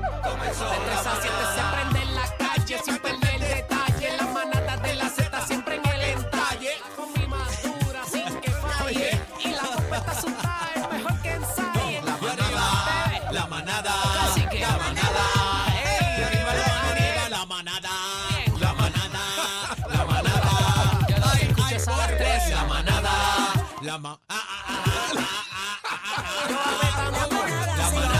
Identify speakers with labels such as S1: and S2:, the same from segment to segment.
S1: De 3 a 7 se prende en la calle sin perder detalle. La manada de la Z siempre en el entalle. Con mi madura sin que falle. Y la copa asustada es mejor que ensaye.
S2: La manada, la manada,
S1: Así que
S2: la manada.
S1: ey,
S2: De arriba, de abajo,
S1: ey.
S2: arriba, la manada, la manada, la manada.
S1: Ya las
S2: Ay, ay,
S1: escuchas a las
S2: voy,
S1: tres.
S2: voy, La manada, la ma- ah, ah, ah, ah, ah, ah, ah, ah. La manada, la manada, la manada.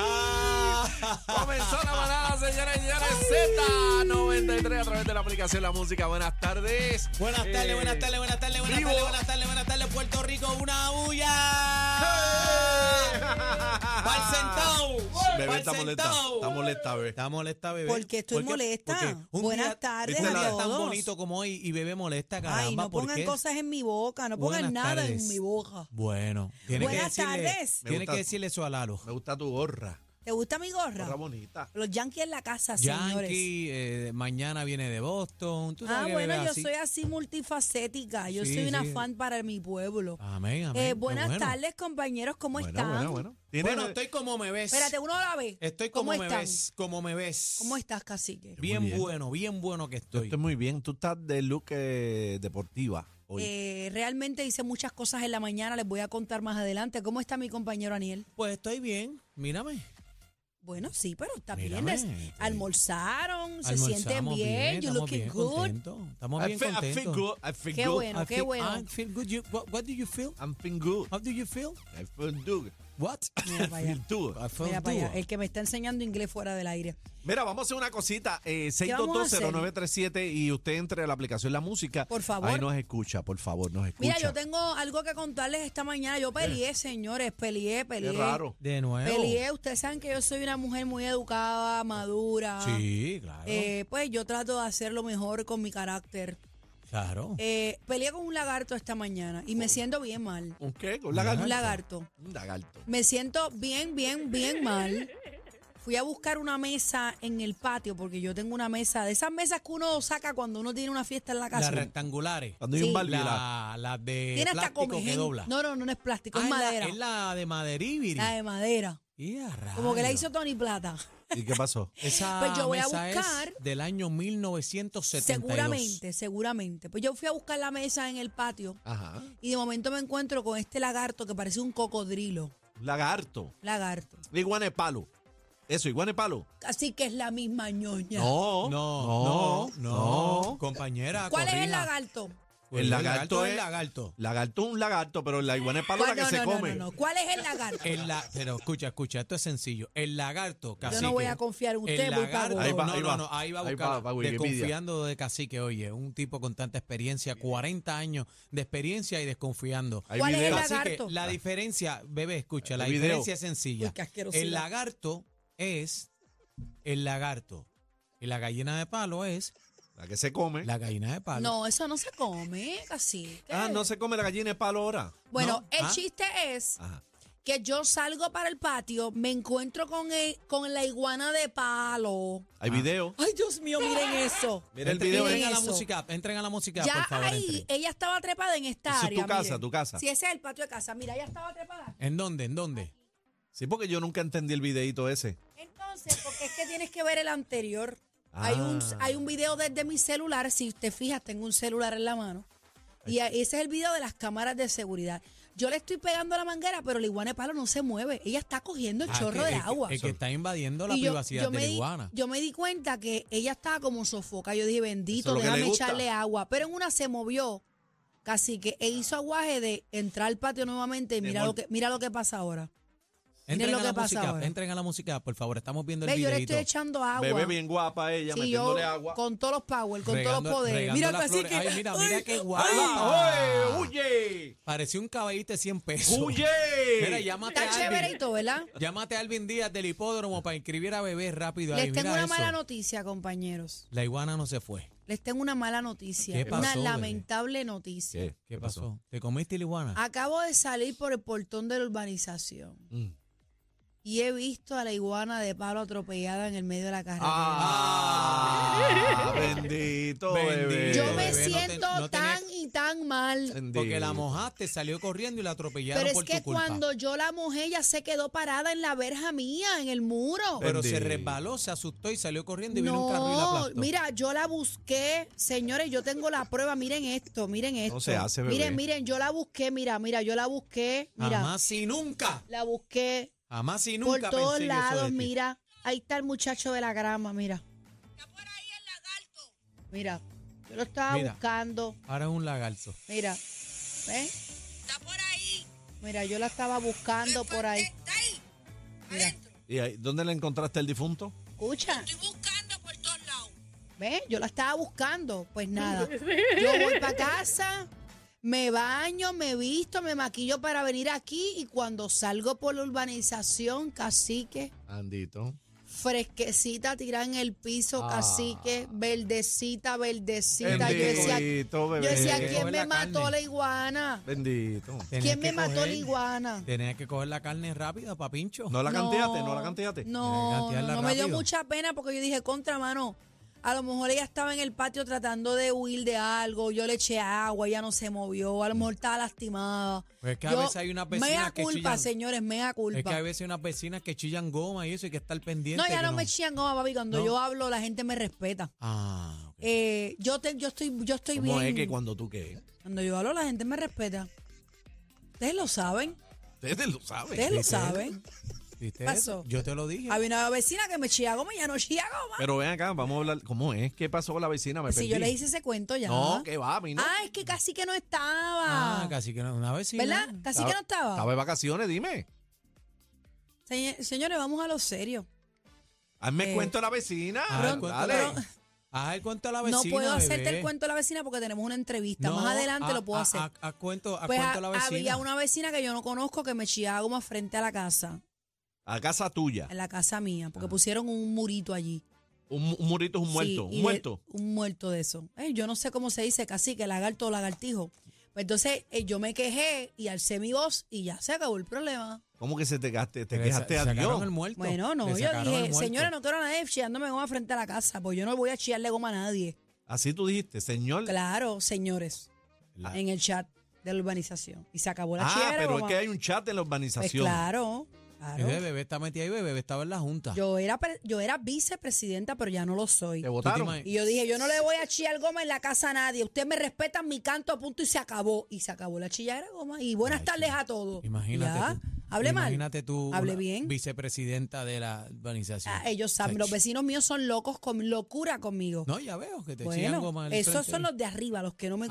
S2: Ah.
S3: Comenzó la manada, señoras y señores. Z93 a través de la aplicación La Música. Buenas tardes.
S2: Buenas tardes,
S3: Eh,
S2: buenas tardes, buenas tardes, buenas
S3: vivo.
S2: tardes, buenas tardes, buenas tardes, Puerto Rico, una bulla.
S4: Ah.
S2: Pa'l sentao.
S3: Bebé
S2: pa'l
S3: está molesta.
S2: sentao.
S3: Está molesta, bebé.
S2: Está molesta, bebé.
S4: Porque estoy molesta.
S2: un
S4: Buenas
S2: día-
S4: tardes
S2: un
S3: a
S2: día tan
S4: todos.
S2: bonito como hoy y bebé molesta, caramba.
S4: Ay, no
S2: ¿por
S4: pongan
S2: qué?
S4: cosas en mi boca, no pongan
S2: Buenas
S4: nada
S2: tardes.
S4: en mi boca.
S2: Bueno, tiene
S4: Buenas
S2: que decirle,
S4: tardes.
S3: Me
S2: Tiene
S3: gusta-
S2: que decirle eso a Lalo.
S3: Me gusta tu gorra.
S4: ¿Te gusta mi gorra?
S3: Gorra bonita.
S4: Los Yankees en la casa, señores.
S2: Yankee, eh, mañana viene de Boston. ¿Tú sabes
S4: Ah,
S2: que
S4: bueno,
S2: bebé
S4: yo
S2: así?
S4: soy así multifacética. Yo
S2: Sí,
S4: soy una
S2: sí.
S4: fan para mi pueblo.
S2: Amén, amén.
S4: Eh,
S2: qué
S4: buenas
S2: bueno.
S4: tardes, compañeros, ¿cómo
S3: Bueno,
S4: están?
S3: bueno, bueno. Tiene-
S2: Bueno, estoy como me ves.
S4: Espérate, uno a la vez.
S2: Estoy
S4: ¿Cómo
S2: como me
S4: están?
S2: ves, como me ves.
S4: ¿Cómo estás, cacique?
S2: Bien,
S3: Muy bien.
S2: bueno, bien bueno que
S3: Yo
S2: estoy.
S3: estoy muy bien. Tú estás de look eh, deportiva hoy.
S4: Eh, realmente hice muchas cosas en la mañana, les voy a contar más adelante. ¿Cómo está mi compañero Aniel?
S2: Pues estoy bien, mírame.
S4: Bueno, sí, pero está
S2: Mírame,
S4: bien. les-
S2: sí.
S4: Almorzaron, pues, se sienten
S2: Almorzamos
S4: bien, you
S2: estamos
S4: looking
S2: bien
S4: good.
S2: contentos, Estamos
S3: I
S2: bien
S3: feel, I
S2: contentos.
S3: feel good. I feel
S4: Qué
S3: good.
S4: bueno.
S2: I
S4: qué
S2: feel-
S4: bueno.
S2: I feel good. You- what, what do you feel?
S3: I'm feeling good.
S2: How do you feel?
S3: I feel good.
S2: What?
S4: Mira para
S3: I feel
S4: allá.
S3: good.
S2: I feel
S4: Mira para allá,
S2: good.
S4: el que me está enseñando inglés fuera del aire.
S3: Mira, vamos a hacer una cosita. Eh,
S4: vamos a
S3: 6220937 y usted entre a la aplicación La Música.
S4: Por favor.
S3: Ahí nos escucha, por favor, nos escucha.
S4: Mira, yo tengo algo que contarles esta mañana. Yo peleé, señores, peleé, peleé.
S3: Qué raro.
S2: De nuevo.
S4: Peleé, ustedes saben que yo soy una mujer muy educada, madura.
S2: Sí, claro.
S4: Eh, pues yo trato de hacer lo mejor con mi carácter.
S2: claro.
S4: Eh, peleé con un lagarto esta mañana y me siento bien mal.
S3: ¿Un qué? ¿Un
S2: lagarto?
S3: lagarto?
S4: Un lagarto.
S3: Un lagarto.
S4: Me siento bien, bien, bien mal. Fui a buscar una mesa en el patio porque yo tengo una mesa, de esas mesas que uno saca cuando uno tiene una fiesta en la
S2: Las
S4: casa.
S2: rectangulares.
S3: Cuando hay un
S4: Sí.
S3: barbilá.
S2: La, la de
S4: tiene hasta
S2: eh, plástico
S4: comején.
S2: que dobla.
S4: No, no, no es plástico,
S2: Ah,
S4: es
S2: es la-
S4: madera.
S2: Es la de maderibiri.
S4: La de madera.
S2: Y a
S4: Como que la
S2: rayos.
S4: hizo Tony Plata.
S3: ¿Y qué pasó?
S2: Esa
S4: Pues yo voy a
S2: mesa es
S4: buscar.
S2: del año 1972.
S4: Seguramente, seguramente. Pues yo fui a buscar la mesa en el patio
S3: Ajá.
S4: y de momento me encuentro con este lagarto que parece un cocodrilo.
S3: Un lagarto.
S4: Lagarto.
S3: Iguane palo. Eso, iguane palo.
S4: Así que es la misma ñoña.
S3: No,
S2: No, no, no, compañera.
S4: ¿Cuál es el
S2: corrija.
S4: lagarto?
S2: Pues
S3: El lagarto
S2: es
S3: es-
S2: el lagarto.
S3: Lagarto es un lagarto, pero la iguana es palo es la
S4: ¿Cuál-
S3: que
S4: Ah, no,
S3: se
S4: no, no,
S3: come.
S4: no, no. ¿Cuál es el lagarto?
S2: El la- pero escucha, escucha, esto es sencillo. El lagarto, cacique.
S4: Yo no voy a confiar en usted,
S2: el
S4: voy para
S2: lagarto,
S3: Ahí va,
S2: no,
S3: ahí
S2: no,
S3: va.
S2: no, ahí va a
S3: Ahí
S2: buscar,
S3: va, va Wikipedia.
S2: desconfiando de cacique, oye, un tipo con tanta experiencia, 40 años de experiencia y desconfiando.
S3: Hay
S4: ¿Cuál es el
S3: video.
S2: Así que
S4: lagarto?
S2: la diferencia, bebé, escucha,
S3: Hay
S2: la
S3: video.
S2: diferencia es sencilla.
S4: Uy, qué asquerosidad.
S2: El lagarto es el lagarto y la gallina de palo es
S3: La que se come.
S2: la gallina de palo.
S4: No, eso no se come, casi.
S3: Ah, no se come la gallina de palo ahora.
S4: Bueno,
S2: no.
S4: el
S2: Ah.
S4: chiste es
S3: Ajá.
S4: que yo salgo para el patio, me encuentro con, el- con la iguana de palo.
S2: Ah.
S3: Hay video.
S4: Ay, Dios mío, miren eso.
S3: Mira el
S2: Entren-
S3: video.
S2: Entren a la
S4: Eso.
S2: música, entren a la música,
S4: ya
S2: por favor.
S4: ahí,
S2: entren.
S4: ella estaba trepada en esta
S3: Eso es tu
S4: área.
S3: casa,
S4: miren.
S3: tu casa.
S4: Sí, ese es el patio de casa. Mira, ella estaba trepada.
S2: ¿En dónde? ¿En dónde?
S3: Sí, porque yo nunca entendí el videito ese.
S4: Entonces, porque es que tienes que ver el anterior. Hay, un,
S3: Ah.
S4: hay un video desde mi celular, si te fijas, tengo un celular en la mano. Y a- ese es el video de las cámaras de seguridad. Yo le estoy pegando a la manguera, pero el iguana de palo no se mueve. Ella está cogiendo el
S2: Ah,
S4: chorro
S2: que-
S4: de
S2: el-
S4: agua.
S2: El, que está invadiendo la
S4: Y yo-
S2: privacidad
S4: yo
S2: de
S4: me
S2: la
S4: di-
S2: iguana.
S4: Yo me di cuenta que ella estaba como sofoca. Yo dije,
S3: Eso
S4: bendito,
S3: es lo que
S4: déjame
S3: le gusta.
S4: echarle agua. Pero en una se movió, casi que e hizo aguaje de entrar al patio nuevamente y
S3: De
S4: mira
S3: mol-
S4: lo que, mira lo que pasa ahora.
S2: Entren
S4: lo
S2: a
S4: que
S2: la
S4: pasa
S2: música,
S4: ahora.
S2: entren a la música, por favor, estamos viendo el
S4: Ve, yo le
S2: videito.
S4: estoy echando agua.
S3: Bebé bien guapa ella,
S4: Sí, yo
S3: metiéndole agua.
S4: con todos los power, con todos
S2: Regando-
S4: los poderes.
S2: regando
S4: Mira,
S2: las
S4: casi
S2: flores.
S4: que.
S2: Ay, mira, mira
S4: ay,
S2: qué
S4: ay,
S2: guapa.
S3: ¡Ah, ¡Oye! ¡Huye!
S2: Pareció un caballito de 100 pesos.
S3: ¡Huye!
S2: Mira, llámate
S4: Está
S2: a
S4: chévere y
S2: Alvin.
S4: todo, ¿verdad?
S2: Llámate a Alvin Díaz del hipódromo para inscribir a bebé rápido ahí.
S4: Les tengo
S2: mira
S4: una
S2: eso.
S4: mala noticia, compañeros.
S2: La iguana no se fue.
S4: Les tengo una mala noticia.
S2: ¿Qué
S4: una
S2: pasó, bebé?
S4: lamentable noticia.
S3: ¿Qué?
S2: ¿Qué
S4: Ah,
S2: pasó? ¿Te comiste la iguana?
S4: Acabo de salir por el portón de la urbanización.
S3: Mm.
S4: Y y he visto a la iguana de palo atropellada en el medio de la carretera.
S3: Ah, bendito, bebé.
S4: Yo
S2: bebé,
S4: me
S2: eh, no te-
S4: siento
S2: no tenía-
S4: tan y tan mal.
S3: Bendito.
S2: Porque la mojaste, salió corriendo y la atropellaron
S4: Pero es
S2: por
S4: que
S2: tu culpa.
S4: cuando yo la mojé, ella se quedó parada en la verja mía, en el muro.
S2: Pero se
S3: Bendito.
S2: resbaló, se asustó y salió corriendo y vino un carro y la
S4: No,
S2: aplastó.
S4: mira, yo la busqué, señores, yo tengo la prueba, miren esto, miren esto.
S3: se hace, bebé.
S4: Miren, miren, yo la busqué, mira, mira, yo la busqué, mira,
S2: Jamás y nunca.
S4: la busqué
S2: Jamás y nunca
S4: por todos
S2: pensé yo eso de
S4: lados,
S2: ti.
S4: mira, ahí está el muchacho de la grama, mira. Mira, yo lo estaba
S2: Mira.
S4: buscando,
S2: Ahora es un lagarto.
S4: mira, ¿ves? Mira, yo la estaba buscando por ahí. Mira,
S3: ¿Y ahí, dónde le encontraste el difunto?
S4: escucha.
S1: Estoy buscando por todos lados.
S4: ¿Ves? Yo la estaba buscando. Pues nada. Yo voy para casa, me baño, me visto, me maquillo para venir aquí y cuando salgo por la urbanización, cacique,
S3: Andito.
S4: fresquecita, tirada en el piso,
S2: Ah.
S4: cacique, verdecita, verdecita. Yo decía,
S3: Bendito,
S4: yo
S3: bebé.
S4: decía,
S2: Tenía que
S4: ¿quién
S2: coger
S4: me
S2: la
S4: mató
S2: carne".
S4: la iguana?
S3: Bendito.
S2: Tenías
S4: ¿Quién
S2: que
S4: me mató la
S2: coger-
S4: iguana?
S2: Tenías que coger la carne rápida, papincho.
S3: ¿No la canteaste? ¿No la canteaste?
S4: No,
S2: Tienes que
S4: no,
S2: gatearla
S4: no, me dio
S2: rápido.
S4: mucha pena porque yo dije, contra mano, a lo mejor ella estaba en el patio tratando de huir de algo, yo le eché agua, ella no se movió, a lo mejor estaba lastimada.
S2: Pues es que a
S4: Yo-
S2: veces hay unas vecinas
S4: Mea
S2: que
S4: culpa,
S2: chillan.
S4: señores, mea culpa.
S2: Es que a veces hay unas vecinas que chillan goma y eso hay que estar pendiente.
S4: no, ya
S2: que
S4: no me chillan goma, papi, cuando
S2: No.
S4: yo hablo la gente me respeta.
S2: Ah, ok.
S4: Eh, yo, te- yo estoy, yo estoy
S3: ¿Cómo
S4: bien.
S3: es que cuando tú qué?
S4: Cuando yo hablo la gente me respeta. Ustedes lo saben,
S3: Ustedes lo saben.
S4: ustedes lo
S2: ¿viste?
S4: saben.
S2: ¿Viste
S4: pasó?
S2: eso? Yo te lo dije.
S4: Había una vecina que me chilla goma y ya no chilla goma.
S3: Pero ven acá, vamos a hablar. ¿Cómo es? ¿Qué pasó con la vecina? Me
S4: Pues Si
S3: perdí.
S4: yo le hice ese cuento ya.
S3: No, que va, a mí no.
S4: Ah, es que casi que no estaba.
S2: Ah, casi que no, una vecina.
S4: ¿Verdad? Casi que no estaba.
S3: Estaba de vacaciones, dime.
S4: Señe- Señores, vamos a lo serio.
S3: Hazme
S4: Eh,
S3: cuento a la vecina.
S2: Ah,
S4: Pronto,
S3: dale.
S4: pero-
S2: Haz el cuento a la
S4: no
S2: vecina.
S4: puedo hacerte
S2: bebé.
S4: el cuento a la vecina porque tenemos una entrevista. Más
S2: No, ah,
S4: adelante
S2: a-
S4: lo puedo
S2: a-
S4: hacer.
S2: A, a cuento, a
S4: Pues
S2: cuento a la
S4: a-
S2: vecina.
S4: había una vecina que yo no conozco que me chillaba goma frente a la casa,
S3: A casa tuya.
S4: en la casa mía,
S2: Ah.
S4: porque pusieron un murito allí.
S3: Un, mu- un murito es un
S4: Sí,
S3: muerto.
S4: y
S3: un
S4: de-
S3: muerto.
S4: un muerto de eso. Eh, yo no sé cómo se dice, casi que lagarto o lagartijo. Pues entonces eh, yo me quejé y alcé mi voz y ya se acabó el problema.
S3: ¿Cómo que se te gaste? Te
S2: Le
S3: quejaste
S2: sa-
S3: a
S2: sacaron
S3: Dios.
S2: el muerto.
S4: Bueno, no,
S2: Le
S4: yo
S2: sacaron el
S4: dije,
S2: muerto.
S4: señora, no quiero a nadie chillándome goma frente a la casa, pues yo no voy a chillarle goma a nadie.
S3: Así tú dijiste, señor.
S4: Claro, señores,
S3: Ah.
S4: en el chat de la urbanización. Y se acabó la
S3: Ah,
S4: chillera,
S3: pero es
S4: goma.
S3: que hay un chat en la
S4: Pues
S3: urbanización.
S4: claro, claro.
S2: Bebé, bebé está metida ahí, bebé estaba en la junta.
S4: Yo era, pre- yo era vicepresidenta, pero ya no lo soy.
S3: Te votaron.
S2: imaginas?
S4: Y yo dije, yo no le voy a chillar goma en la casa a nadie. Ustedes me respetan mi canto a punto y se acabó. Y se acabó la chilladera goma. Y buenas
S2: Ay,
S4: tardes
S2: sí.
S4: a todos.
S2: Imagínate
S4: Ya,
S2: tú.
S4: Hablé mal.
S2: Imagínate tú.
S4: Hablé
S2: una
S4: bien.
S2: Vicepresidenta de la urbanización.
S4: Ah, ellos saben, los
S2: Sech.
S4: vecinos míos son locos con locura conmigo.
S2: No, ya veo que te chillan
S4: Bueno,
S2: goma al
S4: esos
S2: frente.
S4: son los de arriba, los que no me
S2: Ah,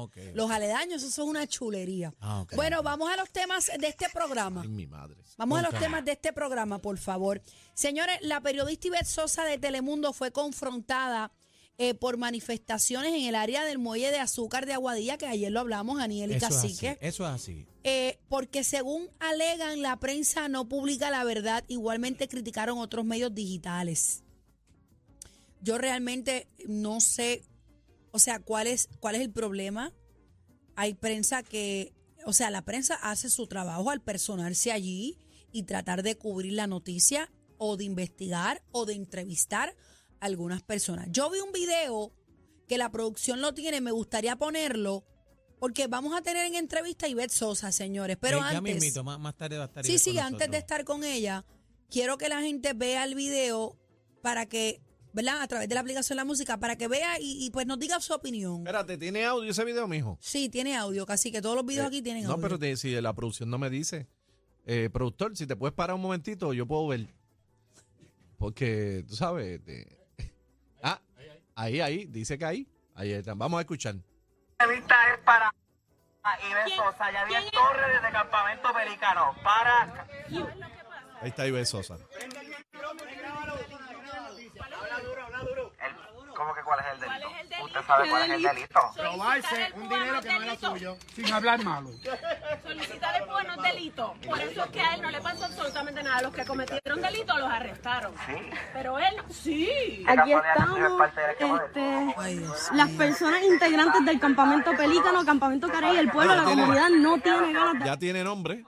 S4: conocen.
S2: ok.
S4: Los aledaños, esos son una chulería.
S2: Ah, ok.
S4: Bueno, vamos a los temas de este programa.
S3: Ay, mi madre.
S4: Vamos a los
S2: ok.
S4: temas de este programa, por favor. Señores, la periodista Ivette Sosa de Telemundo fue confrontada eh, por manifestaciones en el área del muelle de azúcar de Aguadilla, que ayer lo hablamos, Aniel y
S2: Eso es así,
S4: Cacique.
S2: Eso es así.
S4: Eh, porque según alegan, la prensa no publica la verdad. Igualmente criticaron otros medios digitales. Yo realmente no sé, o sea, cuál es, cuál es el problema. Hay prensa que, o sea, la prensa hace su trabajo al personarse allí y tratar de cubrir la noticia o de investigar o de entrevistar a algunas personas. Yo vi un video que la producción lo tiene, me gustaría ponerlo, porque vamos a tener en entrevista a Ivette Sosa, señores. Pero
S2: Eh, ya
S4: antes.
S2: mismito, más, más tarde va a estar
S4: Sí,
S2: Ivette
S4: sí,
S2: con
S4: antes de
S2: nosotros.
S4: estar con ella, quiero que la gente vea el video para que, ¿verdad? A través de la aplicación de la música, para que vea y, y, pues nos diga su opinión.
S3: Espérate, ¿tiene audio ese video, mijo?
S4: Sí, tiene audio, casi que todos los videos
S3: Eh,
S4: aquí tienen
S3: no,
S4: audio.
S3: pero te- si la producción no me dice. Eh, productor, si te puedes parar un momentito, yo puedo ver. Porque, tú sabes. te- Ah, ahí, ahí, dice que ahí. Ahí está. Vamos a escuchar.
S5: entrevista es para Ibe Sosa, Yadier Torres desde Campamento Pelicano. Para
S3: Ahí está Ibe Sosa.
S5: el, ¿Cómo que cuál es el delito? ¿Usted sabe cuál es el delito?
S6: robarse un dinero que no era suyo sin hablar malo.
S7: Solicitar el cubano es delito. Por eso es que a él no le pasó absolutamente nada. Los que cometieron delito los arrestaron.
S5: Sí.
S7: Pero él, sí.
S5: ¿Qué
S8: Aquí
S5: casualidad que tú eres
S8: estamos,
S5: parte del equipo del-
S8: este,
S4: Ay, Dios.
S8: las personas integrantes del campamento Pelícano, campamento Carey, el pueblo, la comunidad no tiene ganas de
S3: Ya tiene nombre.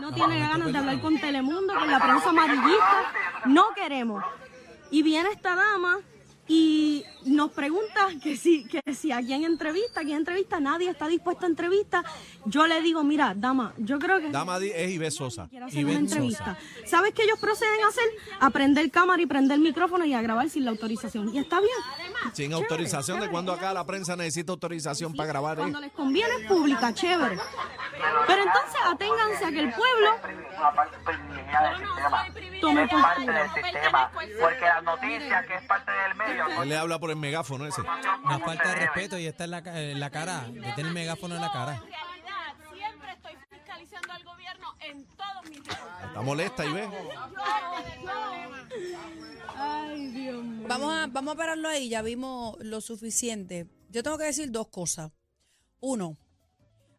S8: No tiene ganas de hablar con Telemundo, con la prensa amarillista. No queremos. Y viene esta dama y nos pregunta que si, que si a quién entrevista, a quién entrevista, nadie está dispuesto a entrevista. Yo le digo, mira, dama, yo creo que...
S3: Dama di- es Ibe Sosa.
S8: Quiero hacer una
S3: Ibe
S8: entrevista.
S3: Sosa.
S8: ¿Sabes qué ellos proceden a hacer? A prender cámara y prender micrófono y a grabar sin la autorización. Y está bien.
S3: Sin autorización, ¿de cuando acá la prensa necesita autorización para grabar? eh?
S8: Cuando les conviene es pública, chévere. Pero entonces aténganse a que el pueblo...
S5: Una parte privilegiada del sistema.
S8: Tome
S5: Es parte
S8: postura.
S5: del sistema. Porque las noticias, que es parte del medio,
S3: Él le habla por el megáfono ese.
S5: no
S2: Una falta de
S5: se debe.
S2: respeto y está en la, ca- en la cara. Le tiene el megáfono en la cara.
S7: En realidad, siempre estoy fiscalizando al gobierno en todos mis reportajes.
S3: Está molesta, Ibe.
S8: Ay, Dios mío.
S4: Vamos a, vamos a pararlo ahí, ya vimos lo suficiente. Yo tengo que decir dos cosas. Uno,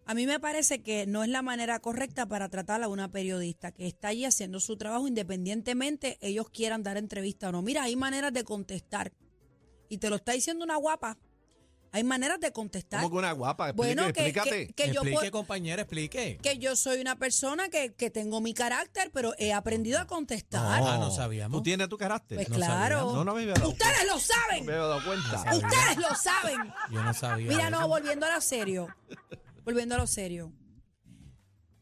S4: a mí me parece que no es la manera correcta para tratar a una periodista que está allí haciendo su trabajo independientemente ellos quieran dar entrevista o no. Mira, hay maneras de contestar. Y te lo está diciendo una guapa. Hay maneras de contestar.
S3: Como que una guapa. Explique,
S4: Bueno, que-
S3: explícate.
S4: que yo
S2: explique,
S4: puedo-
S2: compañero, explique.
S4: Que yo soy una persona que, que tengo mi carácter, pero he aprendido a contestar.
S2: Ah, no sabíamos.
S3: ¿Tú tienes tu carácter?
S4: pues
S2: no
S4: claro.
S2: sabíamos.
S3: No, no me había dado
S4: Ustedes lo saben.
S3: Me había dado cuenta.
S4: Ustedes lo saben.
S2: Yo no sabía.
S4: Mira,
S2: eso.
S4: no, volviendo a lo serio. Volviendo a lo serio.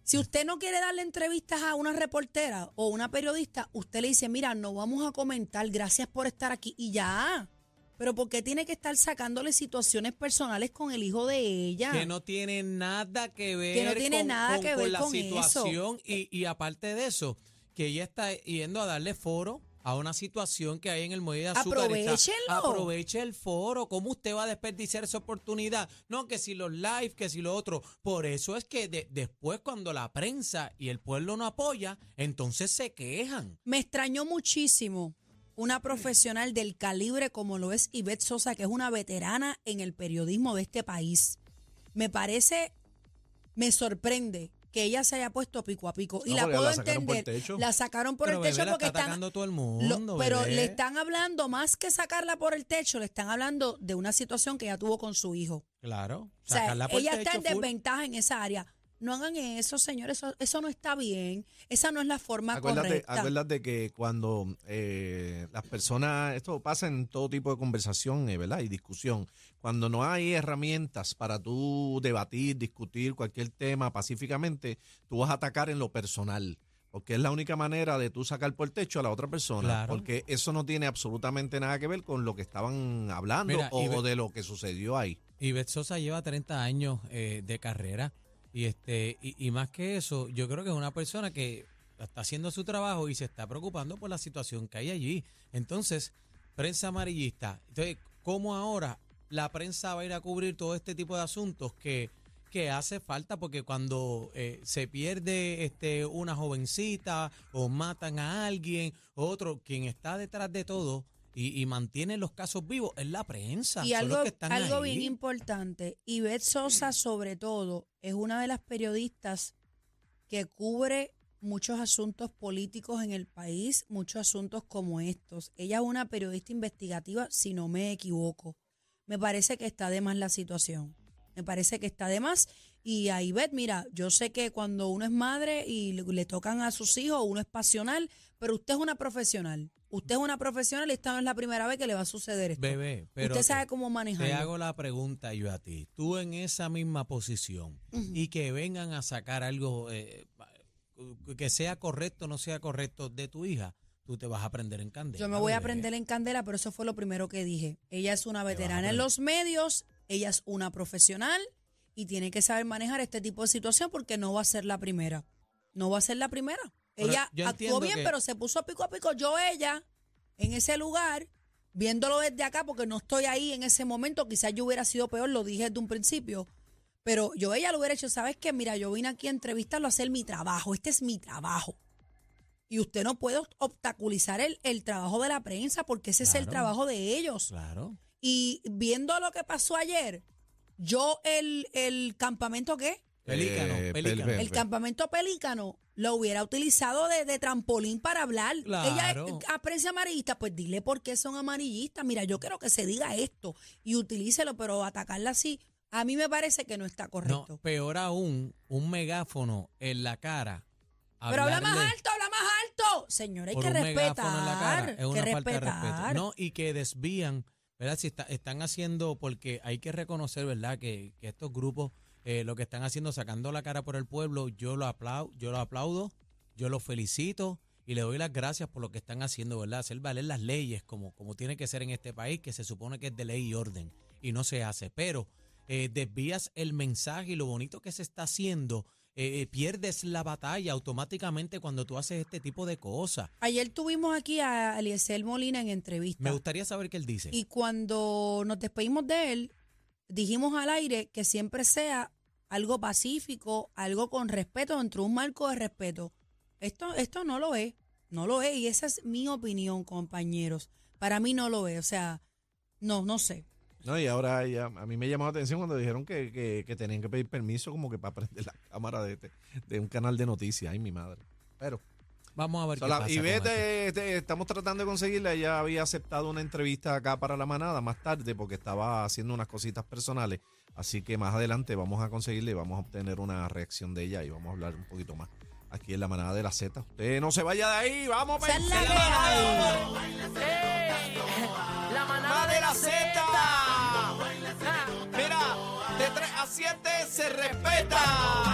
S4: Si usted no quiere darle entrevistas a una reportera o una periodista, usted le dice, mira, no vamos a comentar, gracias por estar aquí y ya. Pero ¿por qué tiene que estar sacándole situaciones personales con el hijo de ella?
S2: Que no tiene nada que ver,
S4: tiene
S2: con,
S4: nada
S2: con-
S4: que
S2: con
S4: ver
S2: la
S4: con eso.
S2: situación. Y, y aparte de eso, que ella está yendo a darle foro a una situación que hay en el muelle de azúcar. Está-
S4: Aprovechenlo.
S2: Aproveche el foro. ¿Cómo usted va a desperdiciar esa oportunidad? No, que si los live, que si lo otro. Por eso es que de- después cuando la prensa y el pueblo no apoya, entonces se quejan.
S4: Me extrañó muchísimo una profesional del calibre como lo es Ivette Sosa, que es una veterana en el periodismo de este país. Me parece, me sorprende que ella se haya puesto pico a pico. y
S3: No,
S4: la
S3: porque la
S4: puedo
S3: sacaron por el
S4: entender.
S3: techo.
S4: La sacaron por
S2: Pero,
S4: el techo
S2: bebé, la
S4: porque
S2: está
S4: están.
S2: atacando todo el
S4: lo-
S2: mundo,
S4: pero
S2: bebé.
S4: le están hablando, más que sacarla por el techo, le están hablando de una situación que ella tuvo con su hijo.
S2: Claro.
S4: O sea,
S2: sacarla por el
S4: ella está en
S2: techo, full.
S4: desventaja en esa área. No hagan eso, señores, eso, eso no está bien. Esa no es la forma
S3: Acuérdate,
S4: correcta.
S3: acuérdate que cuando eh, las personas, esto pasa en todo tipo de conversación, eh, ¿verdad? Y discusión. Cuando no hay herramientas para tú debatir, discutir cualquier tema pacíficamente, tú vas a atacar en lo personal. Porque es la única manera de tú sacar por el techo a la otra persona.
S2: Claro.
S3: Porque eso no tiene absolutamente nada que ver con lo que estaban hablando
S2: Mira,
S3: o,
S2: y ve-
S3: o de lo que sucedió ahí.
S2: Ivette Sosa lleva 30 años eh, de carrera y este y, y más que eso, yo creo que es una persona que está haciendo su trabajo y se está preocupando por la situación que hay allí. Entonces, prensa amarillista. Entonces, ¿cómo ahora la prensa va a ir a cubrir todo este tipo de asuntos que, que hace falta? Porque cuando eh, se pierde este, una jovencita o matan a alguien, otro, quien está detrás de todo y, y mantiene los casos vivos es la prensa.
S4: Y
S2: son los
S4: algo,
S2: que están
S4: algo
S2: ahí.
S4: bien importante, Ivette Sosa sobre todo es una de las periodistas que cubre muchos asuntos políticos en el país, muchos asuntos como estos. Ella es una periodista investigativa, si no me equivoco. Me parece que está de más la situación. Me parece que está de más. Y a Ivette, mira, yo sé que cuando uno es madre y le le tocan a sus hijos, uno es pasional, pero usted es una profesional. Usted es una profesional y esta no es la primera vez que le va a suceder esto.
S2: Bebé, pero
S4: Usted
S2: te-
S4: sabe cómo
S2: Te
S4: manejarlo.
S2: hago la pregunta yo a ti. Tú en esa misma posición y que vengan a sacar algo eh, que sea correcto o no sea correcto de tu hija, tú te vas a prender en candela.
S4: Yo me voy a
S2: bebé.
S4: aprender en candela, pero eso fue lo primero que dije. Ella es una
S2: vas a
S4: veterana en
S2: aprender.
S4: los medios, ella es una profesional y tiene que saber manejar este tipo de situación porque no va a ser la primera. No va a ser la primera.
S2: Pero
S4: ella
S2: yo
S4: actuó
S2: entiendo
S4: bien,
S2: que-
S4: pero se puso pico a pico. Yo, ella, en ese lugar, viéndolo desde acá, porque no estoy ahí en ese momento, quizás yo hubiera sido peor, lo dije desde un principio. Pero yo, ella lo hubiera hecho, ¿sabes qué? Mira, yo vine aquí a entrevistarlo a hacer mi trabajo. Este es mi trabajo. Y usted no puede obstaculizar el, el trabajo de la prensa porque ese es el
S2: Claro.
S4: trabajo de ellos.
S2: Claro.
S4: Y viendo lo que pasó ayer, yo el, el campamento qué?
S2: Pelícano,
S3: Eh,
S2: pelícano.
S3: pel-
S4: El campamento pelícano lo hubiera utilizado de, de trampolín para hablar.
S2: Claro.
S4: Ella es- a prensa amarillista, pues dile por qué son amarillistas. Mira, yo quiero que se diga esto y utilícelo, pero atacarla así, a mí me parece que no está correcto.
S2: No, peor aún, un megáfono en la cara
S4: Pero habla más
S2: hablarle
S4: alto, habla más alto. Señora, hay
S2: por
S4: que
S2: un megáfono en la cara
S4: respetar.
S2: es una
S4: que
S2: falta de
S4: respetar.
S2: respeto. No, y que desvían, ¿verdad? Si está- están haciendo, porque hay que reconocer, ¿verdad? Que, que estos grupos eh, lo que están haciendo, sacando la cara por el pueblo, yo lo aplaudo, yo lo aplaudo, yo los felicito y le doy las gracias por lo que están haciendo, ¿verdad? Hacer valer las leyes como, como tiene que ser en este país, que se supone que es de ley y orden y no se hace. Pero eh, desvías el mensaje y lo bonito que se está haciendo. eh, eh, pierdes la batalla automáticamente cuando tú haces este tipo de cosas.
S4: Ayer tuvimos aquí a Eliezer Molina en entrevista.
S2: Me gustaría saber qué él dice.
S4: Y cuando nos despedimos de él, dijimos al aire que siempre sea algo pacífico, algo con respeto, dentro de un marco de respeto. Esto, esto no lo es, no lo es, y esa es mi opinión, compañeros. Para mí no lo es, o sea, no, no sé.
S3: No, y ahora ya, a mí me llamó la atención cuando dijeron que, que- que tenían que pedir permiso como que para prender la cámara de, este- de un canal de noticias. Ay, mi madre. Pero,
S2: Vamos a ver
S3: so,
S2: qué
S3: la-
S2: pasa.
S3: y
S2: con esto.
S3: vete, este, estamos tratando de conseguirla. Ella había aceptado una entrevista acá para la manada más tarde porque estaba haciendo unas cositas personales. Así que más adelante vamos a conseguirle y vamos a obtener una reacción de ella y vamos a hablar un poquito más aquí en la manada de la Z. Usted no se vaya de ahí, vamos
S4: Esa es la
S3: Pensilvania.
S4: que hay.
S9: La manada de la Z. Mira, de 3 a 7 se respeta.